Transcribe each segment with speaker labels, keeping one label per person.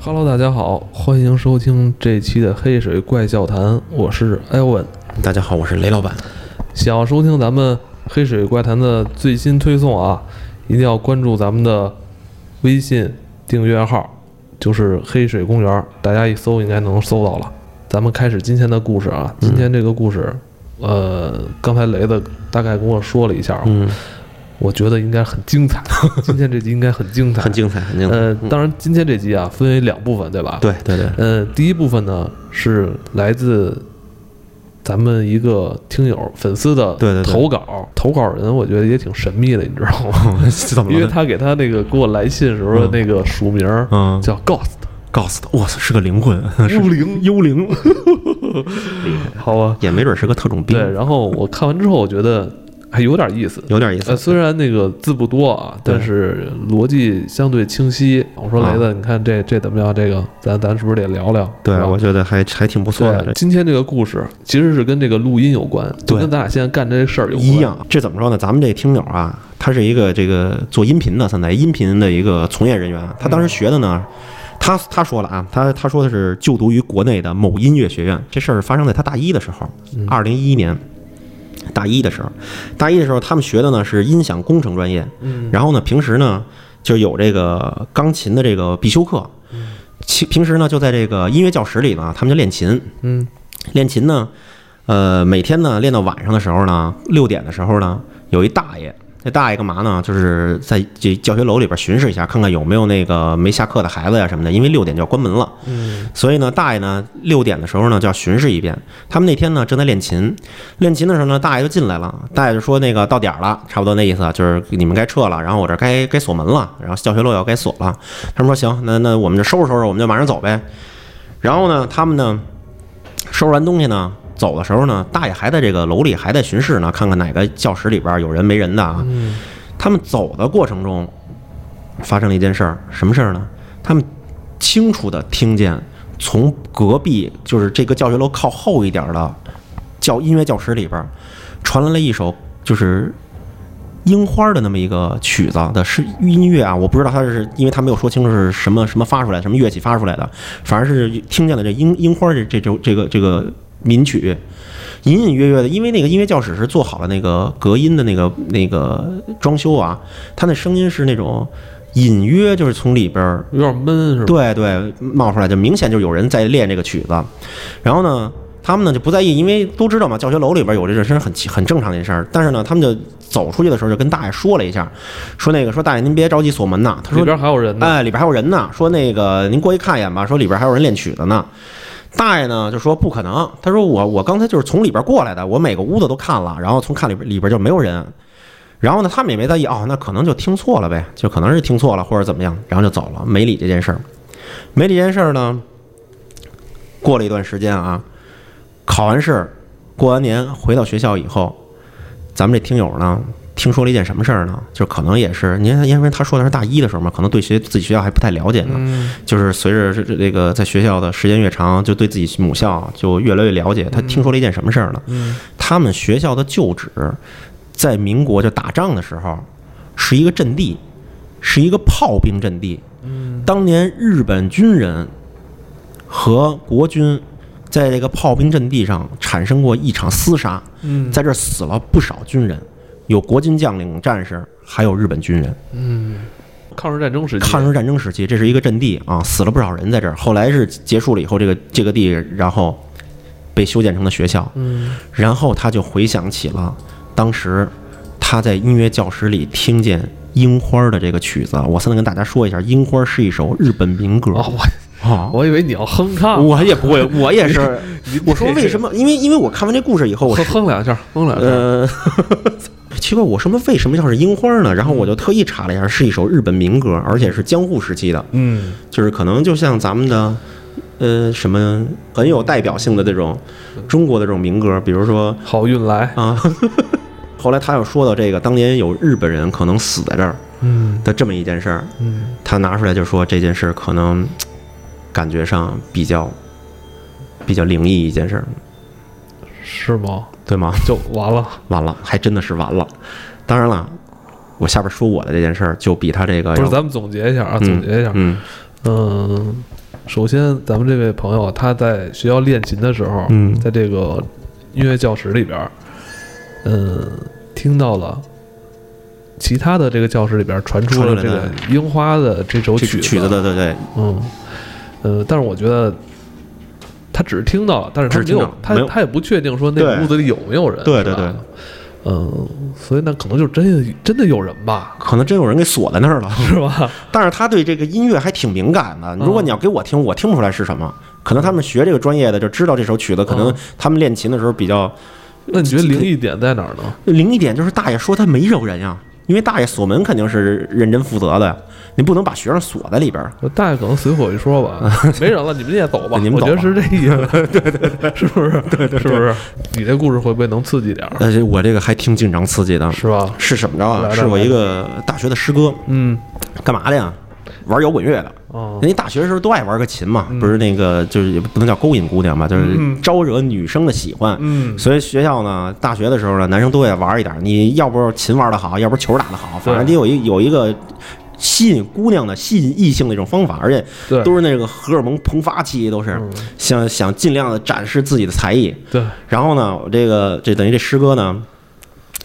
Speaker 1: Hello，大家好，欢迎收听这期的《黑水怪笑谈》，
Speaker 2: 嗯
Speaker 1: 我是艾文。
Speaker 2: 大家好，我是雷老板。
Speaker 1: 想要收听咱们《黑水怪谈》的最新推送啊，一定要关注咱们的微信订阅号，就是“黑水公园”，大家一搜应该能搜到了。咱们开始今天的故事
Speaker 2: 嗯
Speaker 1: 啊，今天这个故事，呃，刚才雷子大概跟我说了一下，
Speaker 2: 嗯，
Speaker 1: 我觉得应该很精 彩。今天这集应该很精彩，
Speaker 2: 很精彩，嗯很精彩。
Speaker 1: 呃，当然，今天这集啊分为两部分，对吧？。
Speaker 2: 对对对，
Speaker 1: 呃，第一部分呢是来自咱们一个听友粉丝的
Speaker 2: 对对对
Speaker 1: 投稿，投稿人我觉得也挺神秘的，你知道 吗？
Speaker 2: 怎
Speaker 1: 因
Speaker 2: 么
Speaker 1: 为
Speaker 2: 了？
Speaker 1: 他给他那个给我来信时候的那个署名儿
Speaker 2: 嗯
Speaker 1: 叫 Ghost，
Speaker 2: ，Ghost，哇塞，是个灵魂，是
Speaker 1: 幽灵，
Speaker 2: 幽 灵，
Speaker 1: 好吧？
Speaker 2: 也没准是个特种兵
Speaker 1: 对，，然后我看完之后，我觉得还有点意思。
Speaker 2: 有点意
Speaker 1: 呃，
Speaker 2: 思。
Speaker 1: 虽然那个字不多啊，
Speaker 2: 对
Speaker 1: 但是逻辑相对清晰。我说
Speaker 2: 啊
Speaker 1: 雷子，你看这这怎么样？这个咱咱是不是得聊聊？
Speaker 2: 对
Speaker 1: 是，吧
Speaker 2: 我觉得还还挺不错的，
Speaker 1: 对，
Speaker 2: 这
Speaker 1: 今天这个故事其实是跟这个录音有关，就
Speaker 2: 对
Speaker 1: 跟咱俩现在干这事儿有关。
Speaker 2: 一，样。这怎么说呢？咱们这听友啊，他是一个这个做音频的，现在音频的一个从业人员。他当时学的呢，
Speaker 1: 嗯
Speaker 2: 他他说了啊，他他说的是就读于国内的某音乐学院。这事儿发生在他大一的时候，
Speaker 1: 嗯
Speaker 2: 二零一一年。大一的时候，大一的时候他们学的呢是音响工程专业，
Speaker 1: 嗯
Speaker 2: 然后呢平时呢就有这个钢琴的这个必修课，
Speaker 1: 嗯
Speaker 2: 其平时呢就在这个音乐教室里呢他们就练琴，
Speaker 1: 嗯
Speaker 2: 练琴呢，呃，每天呢练到晚上的时候呢，六点的时候呢，有一大爷，那大爷干嘛呢？就是在这教学楼里边巡视一下，看看有没有那个没下课的孩子呀什么的，因为六点就要关门了。
Speaker 1: 嗯
Speaker 2: 所以呢，大爷呢六点的时候呢就要巡视一遍。他们那天呢正在练琴，练琴的时候呢，大爷就进来了。大爷就说那个到点儿了，差不多那意思，啊就是你们该撤了，然后我这该该锁门了，然后教学楼也要该锁了。他们说行，那那我们就收拾收拾，我们就马上走呗。然后呢，他们呢收拾完东西呢。走的时候呢，大爷还在这个楼里还在巡视呢，看看哪个教室里边有人没人的啊。
Speaker 1: 嗯
Speaker 2: 他们走的过程中，发生了一件事儿，什么事儿呢？他们清楚的听见从隔壁，就是这个教学楼靠后一点儿的教音乐教室里边儿，传来了一首就是樱花的那么一个曲子的是音乐啊，我不知道它是因为他没有说清楚是什么什么发出来，什么乐器发出来的，反而是听见了这樱樱花这这这这个这个民曲，隐隐约约的，因为那个音乐教室是做好了那个隔音的那个那个装修啊，它那声音是那种隐约就是从里边儿
Speaker 1: 有点闷是吧？
Speaker 2: 对对，冒出来就明显就有人在练这个曲子。然后呢，他们呢就不在意，因为都知道嘛，教学楼里边有这事是很奇很正常的一事儿。但是呢，他们就走出去的时候就跟大爷说了一下，说那个说大爷您别着急锁门呐，他
Speaker 1: 里
Speaker 2: 说
Speaker 1: 边还有人呢。
Speaker 2: 哎里边还有人呢，说那个您过去看一眼吧，说里边还有人练曲子呢。大爷呢就说不可能，他说我我刚才就是从里边过来的，我每个屋子都看了，然后从看里边里边就没有人。然后呢，他们也没在意，哦，那可能就听错了呗，就可能是听错了或者怎么样，然后就走了，没理这件事儿。没理这件事儿呢，过了一段时间啊，考完试，过完年回到学校以后，咱们这听友呢，听说了一件什么事儿呢？就可能也是，您看因为他说的是大一的时候嘛，可能对学自己学校还不太了解呢。
Speaker 1: 嗯
Speaker 2: 就是随着这这个在学校的时间越长，就对自己母校就越来越了解。他听说了一件什么事儿呢？
Speaker 1: 嗯
Speaker 2: 他们学校的旧址在民国就打仗的时候是一个阵地，是一个炮兵阵地。
Speaker 1: 嗯
Speaker 2: 当年日本军人和国军在这个炮兵阵地上产生过一场厮杀，
Speaker 1: 嗯
Speaker 2: 在这儿死了不少军人，有国军将领、战士，还有日本军人。
Speaker 1: 嗯，抗日战争时期，
Speaker 2: 抗日战争时期，这是一个阵地啊，死了不少人在这儿。后来是结束了以后，这个这个地然后被修建成了学校。
Speaker 1: 嗯
Speaker 2: 然后他就回想起了当时他在音乐教室里听见《樱花》的这个曲子。我现在跟大家说一下，《樱花》是一首日本民歌
Speaker 1: 啊，我
Speaker 2: 啊。
Speaker 1: 我以为你要哼唱，
Speaker 2: 我也不会，我也是。我说为什
Speaker 1: 么
Speaker 2: 么？因为因为我看完这故事以后，我
Speaker 1: 哼
Speaker 2: 是
Speaker 1: 哼两下，哼两下？
Speaker 2: 呃， 奇怪，我什么为什么叫是樱花呢？然后我就特意查了一下，是一首日本民歌，而且是江户时期的。
Speaker 1: 嗯
Speaker 2: 就是可能就像咱们的，呃，什么很有代表性的这种中国的这种民歌，比如说
Speaker 1: 好运来，
Speaker 2: 啊，后来他又说到这个当年有日本人可能死在这儿
Speaker 1: 嗯
Speaker 2: 的这么一件事儿，
Speaker 1: 嗯
Speaker 2: 他拿出来就说这件事儿可能嘖感觉上比较比较灵异一件事儿，
Speaker 1: 是吗？
Speaker 2: 对吗？
Speaker 1: 就完了，
Speaker 2: 完了，还真的是完了。当然了，我下边说我的这件事儿就比他这个
Speaker 1: 不是？
Speaker 2: 要
Speaker 1: 咱们总结一下啊，
Speaker 2: 嗯
Speaker 1: 总结一下，
Speaker 2: 嗯
Speaker 1: 嗯，首先，咱们这位朋友他在学校练琴的时候，
Speaker 2: 嗯
Speaker 1: 在这个音乐教室里边儿，嗯，听到了其他的这个教室里边儿传出
Speaker 2: 传
Speaker 1: 了
Speaker 2: 出来
Speaker 1: 这个
Speaker 2: 的
Speaker 1: 《樱花》的这首
Speaker 2: 这
Speaker 1: 曲
Speaker 2: 曲子的，对对，
Speaker 1: 嗯，呃，但是我觉得他只是听到了，但是他
Speaker 2: 只
Speaker 1: 没
Speaker 2: 是听
Speaker 1: 有
Speaker 2: 到，
Speaker 1: 他
Speaker 2: 没有
Speaker 1: 他也不确定说那
Speaker 2: 对
Speaker 1: 个屋子里有没有人，
Speaker 2: 对
Speaker 1: 是
Speaker 2: 对
Speaker 1: 吧
Speaker 2: 对，
Speaker 1: 嗯，所以那可能就真的真的有人吧，
Speaker 2: 可能真有人给锁在那儿了。
Speaker 1: 是吧？
Speaker 2: 但是他对这个音乐还挺敏感的。如果你要给我听，我听不出来是什么。可能他们学这个专业的就知道这首曲子，可能他们练琴的时候比较
Speaker 1: 那你觉得灵异点在哪儿呢？
Speaker 2: 灵一点，就是大爷说他没有人呀，因为大爷锁门肯定是认真负责的呀，你不能把学生锁在里边儿。
Speaker 1: 我大爷可能随口一说吧， 没人了，你们也走吧。
Speaker 2: 你
Speaker 1: 我
Speaker 2: 们走
Speaker 1: 觉得
Speaker 2: 吧
Speaker 1: 是这意 思，对对对，是不是？对对，是不是？你这故事会不会能刺激点儿？
Speaker 2: 而且呃我这个还挺紧张刺激的，
Speaker 1: 是吧？
Speaker 2: 是怎么着
Speaker 1: 来
Speaker 2: 啊？
Speaker 1: 来
Speaker 2: 是我
Speaker 1: 来
Speaker 2: 一个大学的师哥，
Speaker 1: 嗯，
Speaker 2: 干嘛的呀？玩摇滚乐的。
Speaker 1: 哦，嗯
Speaker 2: 人家大学的时候都爱玩个琴嘛，不是那个就是也不能叫勾引姑娘吧，就是招惹女生的喜欢。
Speaker 1: 嗯
Speaker 2: 所以学校呢，大学的时候呢，男生都得玩一点。你要不琴玩的好，要不球打的好，
Speaker 1: 对
Speaker 2: 反正得有一有一个吸引姑娘的、吸引异性的一种方法，而且
Speaker 1: 对嗯
Speaker 2: 都是那个荷尔蒙膨发期，都是想想尽量的展示自己的才艺。
Speaker 1: 对，
Speaker 2: 然后呢，我这个这等于这师哥呢，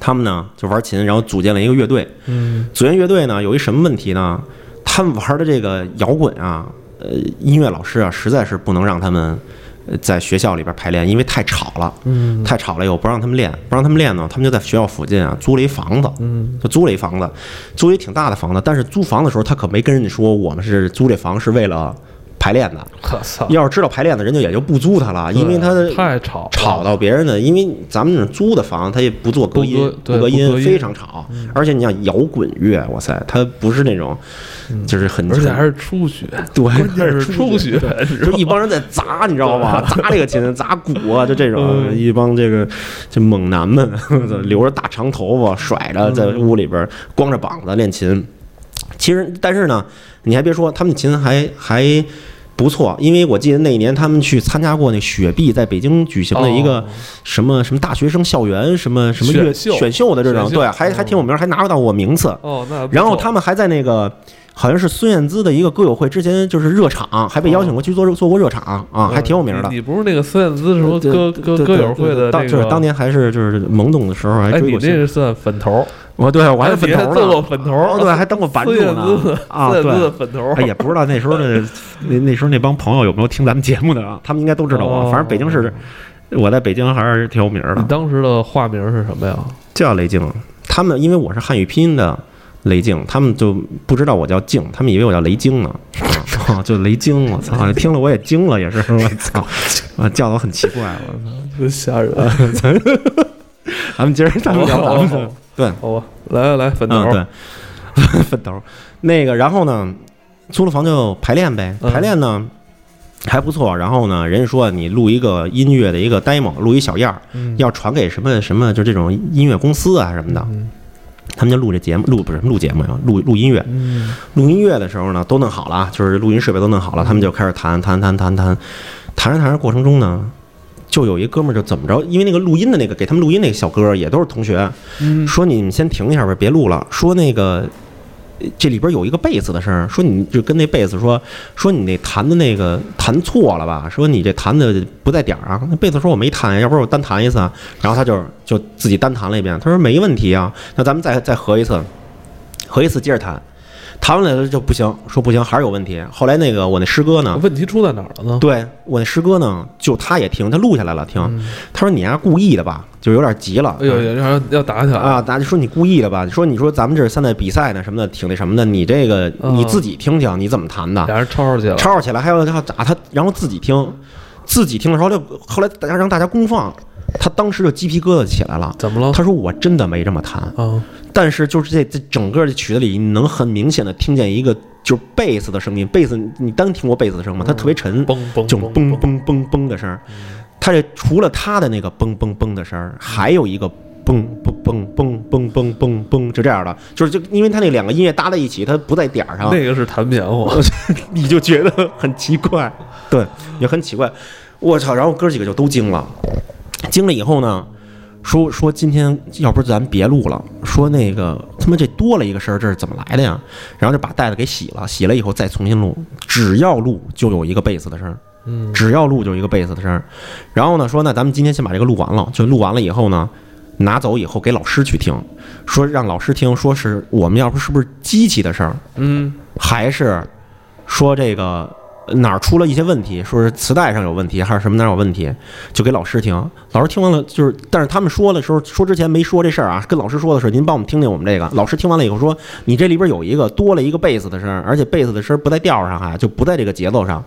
Speaker 2: 他们呢就玩琴，然后组建了一个乐队。
Speaker 1: 嗯
Speaker 2: 组员乐队呢有一什么问题呢？他们玩的这个摇滚啊，呃，音乐老师啊，实在是不能让他们呃在学校里边排练，因为太吵了，
Speaker 1: 嗯
Speaker 2: 太吵了，又不让他们练，不让他们练呢，他们就在学校附近啊租了一房子，
Speaker 1: 嗯
Speaker 2: 就租了一房子，租了一挺大的房子，但是租房的时候他可没跟人家说我们是租这房是为了排练的，
Speaker 1: 我操，
Speaker 2: 要是知道排练的人就也就不租他了，因为他
Speaker 1: 对太吵了
Speaker 2: 吵到别人的，因为咱们那种租的房，它也不做隔音
Speaker 1: 不隔，对
Speaker 2: 隔
Speaker 1: 不隔音嗯
Speaker 2: 非常吵。而且你想摇滚乐，哇塞，它不是那种，就是很，
Speaker 1: 嗯而且还
Speaker 2: 很
Speaker 1: 是初学，
Speaker 2: 对，
Speaker 1: 关键是初
Speaker 2: 出
Speaker 1: 学，你知
Speaker 2: 就
Speaker 1: 道
Speaker 2: 一帮人在砸，你知 道吧？砸这个琴，砸鼓啊，就这
Speaker 1: 嗯
Speaker 2: 种一帮这个这猛男们，留着大长头发，甩着在
Speaker 1: 嗯
Speaker 2: 屋里边光着膀子练琴。其实，但是呢，你还别说，他们琴还还不错，因为我记得那一年他们去参加过那雪碧在北京举行的一个
Speaker 1: 哦
Speaker 2: 什么、什么大学生校园什么什么
Speaker 1: 选
Speaker 2: 乐
Speaker 1: 秀
Speaker 2: 选秀的这种，
Speaker 1: 选秀
Speaker 2: 对，还还挺有名，还拿到过名次。
Speaker 1: 哦，那还不错
Speaker 2: 然后他们还在那个好像是孙燕姿的一个歌友会之前就是热场，还被邀请过去做做过热场啊，还挺有名的
Speaker 1: 嗯你。你不是那个孙燕姿什么
Speaker 2: 对
Speaker 1: 歌
Speaker 2: 对
Speaker 1: 歌
Speaker 2: 对
Speaker 1: 歌
Speaker 2: 对
Speaker 1: 友会的
Speaker 2: 当
Speaker 1: 那
Speaker 2: 就是
Speaker 1: 个？
Speaker 2: 当年还是就是懵懂的时候还
Speaker 1: 哎，
Speaker 2: 追
Speaker 1: 你
Speaker 2: 过
Speaker 1: 这
Speaker 2: 星，
Speaker 1: 是算粉头儿，
Speaker 2: 我对我还粉
Speaker 1: 你还
Speaker 2: 头
Speaker 1: 做过
Speaker 2: 呢，
Speaker 1: 粉头儿
Speaker 2: 哦，对，还当过版主
Speaker 1: 孙燕姿
Speaker 2: 呢
Speaker 1: 的
Speaker 2: 啊，
Speaker 1: 孙燕姿的
Speaker 2: 对。
Speaker 1: 粉头儿
Speaker 2: 哎，也不知道那时候的那那时候那帮朋友有没有听咱们节目的啊？他们应该都知道我，
Speaker 1: 哦
Speaker 2: 反正北京市，我在北京还是挺有名
Speaker 1: 你
Speaker 2: 的，
Speaker 1: 当时的化名是什么呀？
Speaker 2: 叫雷静。他们因为我是汉语拼音的雷静，他们就不知道我叫静，他们以为我叫雷晶呢，啊， 就雷晶，我操，听了我也惊了，也是，我操，啊，叫的我很奇怪，我操。
Speaker 1: 真吓人！
Speaker 2: 咱们今儿咱们聊咱们的
Speaker 1: 哦，
Speaker 2: 对，
Speaker 1: 好吧，来来来，粉头
Speaker 2: 嗯，
Speaker 1: 儿，
Speaker 2: 对， 奋斗。那个，然后呢，租了房就排练呗，
Speaker 1: 嗯
Speaker 2: 排练呢还不错。然后呢，人家说你录一个音乐的一个 demo，录一小样儿，
Speaker 1: 嗯
Speaker 2: 要传给什么什么，就这种音乐公司啊什么的。
Speaker 1: 嗯
Speaker 2: 他们就录这节目，录不是录节目呀，录录音乐。
Speaker 1: 嗯
Speaker 2: 录音乐的时候呢，都弄好了啊，就是录音设备都弄好了，他们就开始弹弹弹弹弹，弹着弹着过程中呢，就有一哥们儿就怎么着，因为那个录音的那个给他们录音那个小哥儿也都是同学，
Speaker 1: 嗯
Speaker 2: 说你们先停一下吧，别录了。说那个呃这里边有一个贝斯的声儿，说你就跟那贝斯说说你那弹的那个弹错了吧，说你这弹的不在点儿啊。那贝斯说我没弹呀，要不然我单弹一次啊。然后他就就自己单弹了一遍，他说没问题啊，那咱们再再合一次，合一次接着弹。弹完了就不行，说不行还是有问题。后来那个我那师哥呢，
Speaker 1: 问题出在哪儿了呢？
Speaker 2: 对我那师哥呢，就他也听，他录下来了听。他说你丫故意的吧，就有点急了。
Speaker 1: 嗯哎呦，有点要打起来了！
Speaker 2: 啊，咱就说你故意的吧？你说你说咱们这是现在比赛呢，什么的，挺那什么的，你这个
Speaker 1: 嗯
Speaker 2: 你自己听听，你怎么弹的？
Speaker 1: 俩人吵吵起来了。
Speaker 2: 吵吵起来还要要打他，然后自己听，自己听的时候就后来大家让大家公放，他当时就鸡皮疙瘩起来了。
Speaker 1: 怎么了？
Speaker 2: 他说我真的没这么弹，
Speaker 1: 啊，
Speaker 2: 但是就是这这整个的曲子里，你能很明显的听见一个就是贝斯的声音，贝斯你单听过贝斯的声音吗？它特别沉，
Speaker 1: 嘣嘣
Speaker 2: 就嘣嘣嘣嘣的声儿。它这除了它的那个嘣嘣嘣的声儿，还有一个嘣嘣嘣嘣嘣嘣嘣嘣，就这样的，就是就因为它那两个音乐搭在一起，它不在点儿上，
Speaker 1: 那个是弹棉花，
Speaker 2: 你就觉得很奇怪，对，也很奇怪。我操！然后哥几个就都惊了，惊了以后呢，说说今天要不咱别录了，说那个他妈这多了一个声儿，这是怎么来的呀？然后就把袋子给洗了，洗了以后再重新录，只要录就有一个贝斯的声儿。
Speaker 1: 嗯，
Speaker 2: 只要录就一个贝斯的声儿。然后呢，说那咱们今天先把这个录完了，就录完了以后呢，拿走以后给老师去听，说让老师听，说是我们要不是不是机器的声儿，
Speaker 1: 嗯，
Speaker 2: 还是说这个哪儿出了一些问题，说是磁带上有问题，还是什么哪儿有问题，就给老师听。老师听完了，就是但是他们说的时候，说之前没说这事儿啊，跟老师说的是您帮我们听听我们这个。老师听完了以后说，你这里边有一个多了一个贝斯的声儿，而且贝斯的声儿不在调上啊，就不在这个节奏上。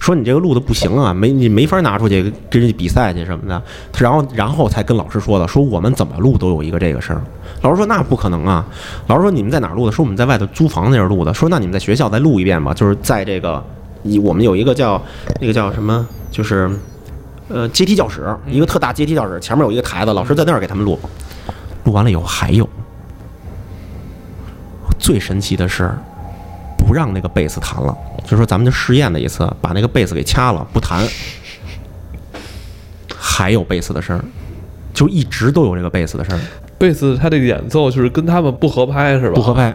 Speaker 2: 说你这个录的不行啊，没你没法拿出去跟人家比赛去什么的，然后然后才跟老师说的，说我们怎么录都有一个这个声儿。老师说那不可能啊，老师说你们在哪儿录的？说我们在外头租房那儿录的。说那你们在学校再录一遍吧，就是在这个以我们有一个叫那个叫什么，就是呃阶梯教室，一个特大阶梯教室，前面有一个台子，老师在那儿给他们录。录完了以后还有，最神奇的是不让那个贝斯弹了，就说咱们就试验了一次，把那个贝斯给掐了，不弹，还有贝斯的声儿，就一直都有这个贝斯的声儿，
Speaker 1: 贝斯它这个演奏就是跟他们不合拍是吧？
Speaker 2: 不合拍。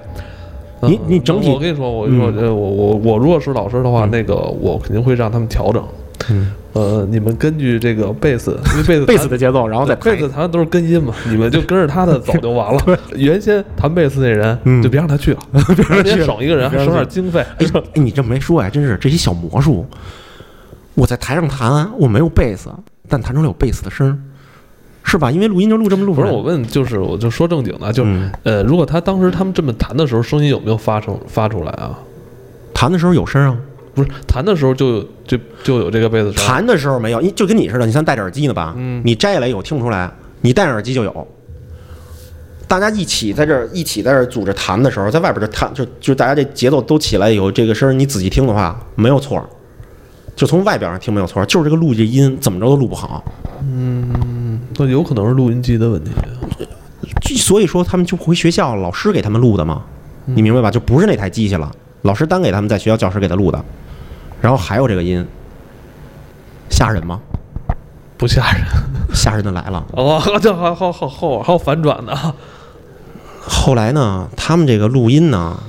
Speaker 1: 嗯。
Speaker 2: 你你整体
Speaker 1: 那我跟你说，我跟你说，呃，我我我如果是老师的话，那个我肯定会让他们调整。
Speaker 2: 嗯，
Speaker 1: 呃，你们根据这个贝斯，因为贝斯
Speaker 2: 贝
Speaker 1: 弹
Speaker 2: 斯的节奏，然后再弹
Speaker 1: 贝
Speaker 2: 一
Speaker 1: 斯
Speaker 2: 个。
Speaker 1: 弹的都是根音嘛，你们就跟着他的走就完了。原先弹贝斯那人
Speaker 2: 嗯
Speaker 1: 就别让他去了，别让他省一个人，还省点经费。
Speaker 2: 哎，哎你这么没说哎，真是这些小魔术。我在台上弹，啊我没有贝斯，但弹出来有贝斯的声儿，是吧？因为录音就录这么录出
Speaker 1: 不
Speaker 2: 来。
Speaker 1: 是我问，就是我就说正经的，就是
Speaker 2: 嗯
Speaker 1: 呃，如果他当时他们这么弹的时候，声音有没有发生发出来啊？
Speaker 2: 弹的时候有声啊，
Speaker 1: 不是弹的时候就就就有这个贝斯声，
Speaker 2: 弹的时候没有，你就跟你似的，你像戴着耳机呢吧？
Speaker 1: 嗯
Speaker 2: 你摘下来有听不出来，你戴上耳机就有。大家一起在这儿一起在这儿组织弹的时候，在外边就弹就就大家这节奏都起来有这个声儿，你仔细听的话没有错儿，就从外表上听没有错儿，就是这个录这音怎么着都录不好。
Speaker 1: 那有可能是录音机的问题。
Speaker 2: 所以说他们就回学校，老师给他们录的嘛，你明白吧？就不是那台机器了，老师单给他们在学校教室给他录的，然后还有这个音，吓人吗？
Speaker 1: 不吓人
Speaker 2: 吓人的来了。
Speaker 1: 哦，这还好好好还有反转的啊，
Speaker 2: 后来呢，他们这个录音呢，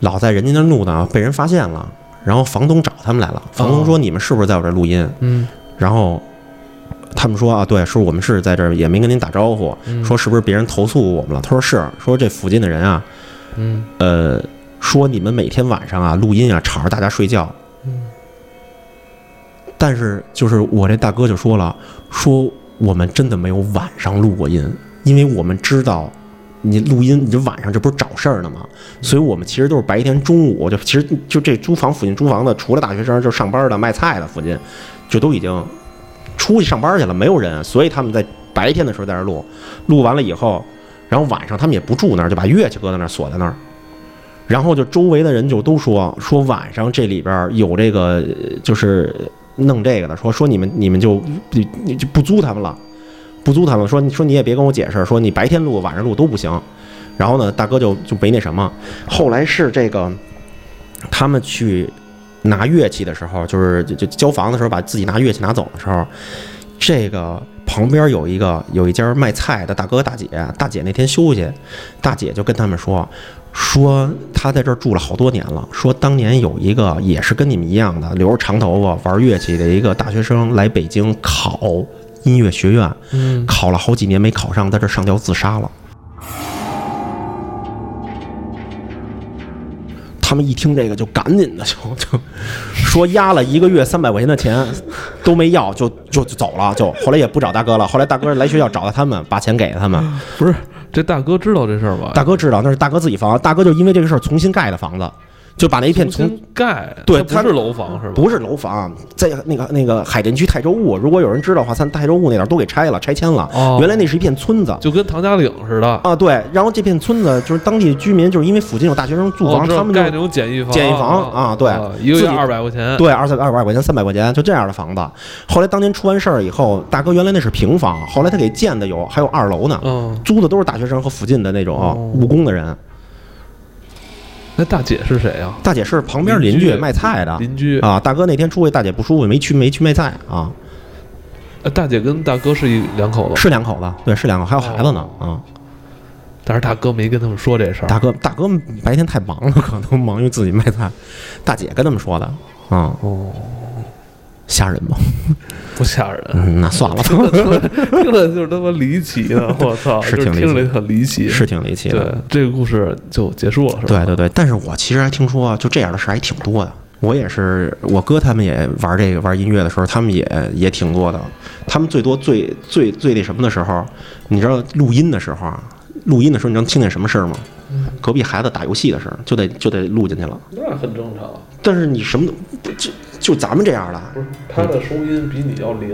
Speaker 2: 老在人家那儿录呢，被人发现了，然后房东找他们来了，房东说你们是不是在我这儿录音？
Speaker 1: 嗯，
Speaker 2: 然后他们说啊，对，是我们是在这儿，也没跟您打招呼，说是不是别人投诉我们了？他说是，说这附近的人啊，
Speaker 1: 嗯，
Speaker 2: 呃，说你们每天晚上啊录音啊吵着大家睡觉，但是就是我这大哥就说了，说我们真的没有晚上录过音，因为我们知道。你录音，你这晚上这不是找事儿呢吗？所以我们其实都是白天中午就其实就这租房附近租房的，除了大学生，就上班的、卖菜的附近，就都已经出去上班去了，没有人，所以他们在白天的时候在这儿录，录完了以后，然后晚上他们也不住那儿，就把乐器搁在那儿锁在那儿，然后就周围的人就都说说晚上这里边有这个呃就是弄这个的，说说你们你们就你你就不租他们了，不租他们，说你说你也别跟我解释，说你白天录晚上录都不行。然后呢，大哥就就没那什么，后来是这个他们去拿乐器的时候，就是就就交房的时候，把自己拿乐器拿走的时候，这个旁边有一个有一家卖菜的大哥大姐，大姐那天休息，大姐就跟他们说。说她在这儿住了好多年了。说当年有一个也是跟你们一样的留着长头发玩乐器的一个大学生来北京考音乐学院，
Speaker 1: 嗯，
Speaker 2: 考了好几年没考上，在这儿上吊自杀了。他们一听这个就赶紧的就就说压了一个月三百块钱的钱都没要，就就就走了，就后来也不找大哥了。后来大哥来学校找到他们，把钱给了他们。
Speaker 1: 不是这大哥知道这事儿吧？
Speaker 2: 大哥知道那是大哥自己房，大哥就因为这个事儿重新盖的房子，就把那一片
Speaker 1: 重
Speaker 2: 从
Speaker 1: 新盖，
Speaker 2: 对
Speaker 1: 它
Speaker 2: 他
Speaker 1: 不是楼房是吧？
Speaker 2: 不是楼房，在那个那个海淀区泰州坞，如果有人知道的话，咱泰州坞那点儿都给拆了，拆迁了。
Speaker 1: 哦
Speaker 2: 原来那是一片村子。
Speaker 1: 就跟唐家岭似的，
Speaker 2: 啊，对，然后这片村子就是当地居民，就是因为附近有大学生住
Speaker 1: 哦
Speaker 2: 房，
Speaker 1: 知道
Speaker 2: 他们就
Speaker 1: 盖那种简易房，
Speaker 2: 简易房啊对
Speaker 1: 一个
Speaker 2: 自
Speaker 1: 月
Speaker 2: 己
Speaker 1: 二百块钱，
Speaker 2: 对，二三二百块钱、三百块钱，就这样的房子。后来当年出完事儿以后，大哥原来那是平房，后来他给建的有还有二楼呢，
Speaker 1: 嗯，
Speaker 2: 租的都是大学生和附近的那种
Speaker 1: 哦
Speaker 2: 务工的人。
Speaker 1: 那大姐是谁啊？
Speaker 2: 大姐是 旁边邻
Speaker 1: 邻居
Speaker 2: 居卖菜的
Speaker 1: 邻居，
Speaker 2: 啊
Speaker 1: 哦
Speaker 2: 啊，大哥那天出去，大姐不舒服，没去没去卖菜啊。
Speaker 1: 呃大姐跟大哥是一两口子，
Speaker 2: 是两口子，对，是两口，还有孩子呢啊、
Speaker 1: 哦
Speaker 2: 嗯
Speaker 1: 但是大哥没跟他们说这事儿。
Speaker 2: 大哥，大哥白天太忙了，可能忙于自己卖菜。大姐跟他们说的，嗯，
Speaker 1: 哦，
Speaker 2: 吓人吗？
Speaker 1: 不吓 人，
Speaker 2: 嗯，那算了吧，
Speaker 1: 听着就是他妈离奇的，我操，
Speaker 2: 是
Speaker 1: 就是
Speaker 2: 挺离
Speaker 1: 听着
Speaker 2: 奇
Speaker 1: 就很离奇。
Speaker 2: 是挺离奇的。
Speaker 1: 对，这个故事就结束了，是吧？
Speaker 2: 对对对，但是我其实还听说啊，就这样的事儿还挺多的。我也是，我哥他们也玩这个玩音乐的时候，他们也也挺多的。他们最多最最最那什么的时候，你知道录音的时候啊，录音的时候你能听见什么事儿吗？隔壁孩子打游戏的事儿，就得就得录进去了。
Speaker 1: 那很正常。
Speaker 2: 但是你什么都就就咱们这样的，
Speaker 1: 不是，他的收音比你要灵。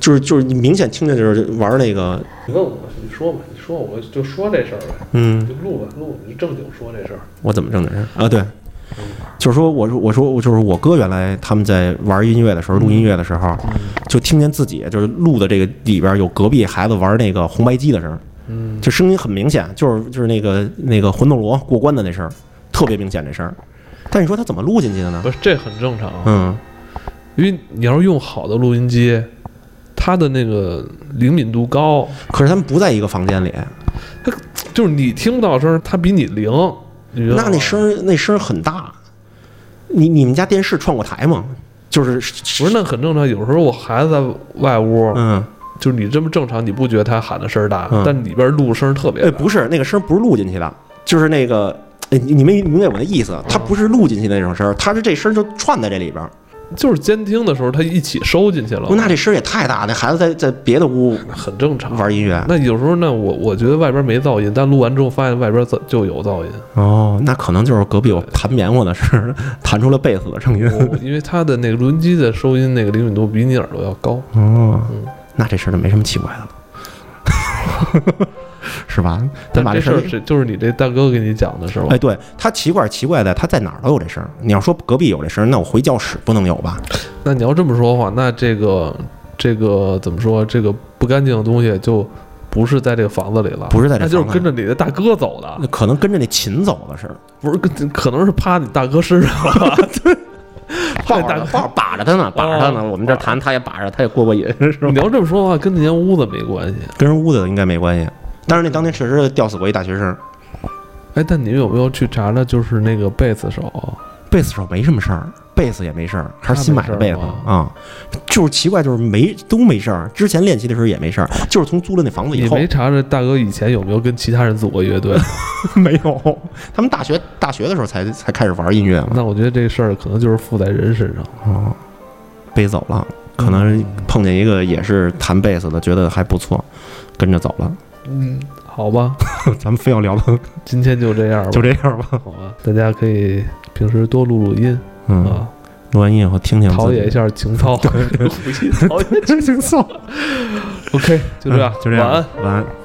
Speaker 2: 就是就是你明显听见就是玩那个，
Speaker 1: 你问我，你说吧，你说我就说这事儿呗，
Speaker 2: 嗯，
Speaker 1: 就录吧，录，你就正经说这事儿。
Speaker 2: 我怎么挣的人啊？对，就是说我说我说我就是我哥原来他们在玩音乐的时
Speaker 1: 嗯
Speaker 2: 候录音乐的时候，就听见自己就是录的这个里边有隔壁孩子玩那个红白机的声儿，
Speaker 1: 嗯，
Speaker 2: 这声音很明显，就是就是那个那个魂斗罗过关的那声儿，特别明显这声儿。但你说他怎么录进去的呢？
Speaker 1: 不是，这很正常。
Speaker 2: 嗯，
Speaker 1: 因为你要是用好的录音机，它的那个灵敏度高，
Speaker 2: 可是他们不在一个房间里，
Speaker 1: 啊就是你听不到声儿，它比你灵。你知道吗
Speaker 2: 那那声儿那声儿很大。你你们家电视串过台吗？就是
Speaker 1: 不是那很正常。有时候我孩子在外屋，
Speaker 2: 嗯。
Speaker 1: 就是你这么正常，你不觉得他喊的声儿大，
Speaker 2: 嗯
Speaker 1: 但里边录声儿特别
Speaker 2: 哎，
Speaker 1: 大。
Speaker 2: 不是那个声儿不是录进去的，就是那个，哎，你你没明白我的意思？它
Speaker 1: 嗯
Speaker 2: 不是录进去的那种声儿，它是这声儿就串在这里边儿。
Speaker 1: 就是监听的时候，他一起收进去了，
Speaker 2: 那这声儿也太大，那孩子在在别的屋
Speaker 1: 很正常。
Speaker 2: 玩音乐。
Speaker 1: 那有时候呢，我我觉得外边没噪音，但录完之后发现外边噪就有 噪音。
Speaker 2: 哦，那可能就是隔壁我弹棉花的声儿，弹出了贝斯的声音。
Speaker 1: 我因为它的那个录音机的收音那个灵敏度比你耳朵要高。
Speaker 2: 哦， 那这事儿就没什么奇怪的了， 是吧？咱
Speaker 1: 但
Speaker 2: 把
Speaker 1: 这
Speaker 2: 事
Speaker 1: 事儿是就是你这大哥给你讲的是吧？
Speaker 2: 哎，对，它奇怪是奇怪在它在哪儿都有这声儿。你要说隔壁有这声儿，那我回教室不能有吧？
Speaker 1: 那你要这么说的话，那这个这个怎么说？这个不干净的东西就不是在这个房子里了，
Speaker 2: 不是在这
Speaker 1: 那就是
Speaker 2: 房子
Speaker 1: 跟
Speaker 2: 里
Speaker 1: 着你的大哥走的
Speaker 2: 那，可能跟着那琴走的是，
Speaker 1: 不是跟可能是趴你大哥身上了。
Speaker 2: 抱
Speaker 1: 怕
Speaker 2: 着
Speaker 1: 你大哥
Speaker 2: 他抱着把着他呢，把着他呢。
Speaker 1: 哦
Speaker 2: 我们这弹他也把着，他也过过瘾，是吧
Speaker 1: 你？要这么说的话，跟那间屋子没关系。
Speaker 2: 跟人屋子应该没关系。但是那当年确实吊死过一大学生，
Speaker 1: 哎，但你们有没有去查查，就是那个贝斯手
Speaker 2: 贝斯手没什么事儿，贝斯也没事儿，还是
Speaker 1: 他
Speaker 2: 新
Speaker 1: 没
Speaker 2: 买的
Speaker 1: 事儿
Speaker 2: 贝斯
Speaker 1: 吗
Speaker 2: 啊、就是奇怪，就是没都没事儿。之前练习的时候也没事儿，就是从租了那房子以
Speaker 1: 你
Speaker 2: 后
Speaker 1: 没查查大哥以前有没有跟其他人组过乐 队？
Speaker 2: 没有。他们大学大学的时候才才开始玩音乐嘛，
Speaker 1: 那我觉得这事儿可能就是附在人身上。
Speaker 2: 哦，背走了，
Speaker 1: 嗯
Speaker 2: 可能碰见一个也是弹贝斯的，觉得还不错，跟着走了。
Speaker 1: 嗯，好吧，
Speaker 2: 咱们非要聊到
Speaker 1: 今天就这样吧，
Speaker 2: 就这样吧，
Speaker 1: 好吧，大家可以平时多录录音
Speaker 2: 嗯，
Speaker 1: 啊，
Speaker 2: 录完音以后听听自己，
Speaker 1: 陶冶一下情 操，录音陶冶。
Speaker 2: 真轻松。
Speaker 1: OK，就这样
Speaker 2: 嗯，就这样，
Speaker 1: 晚安。
Speaker 2: 晚安。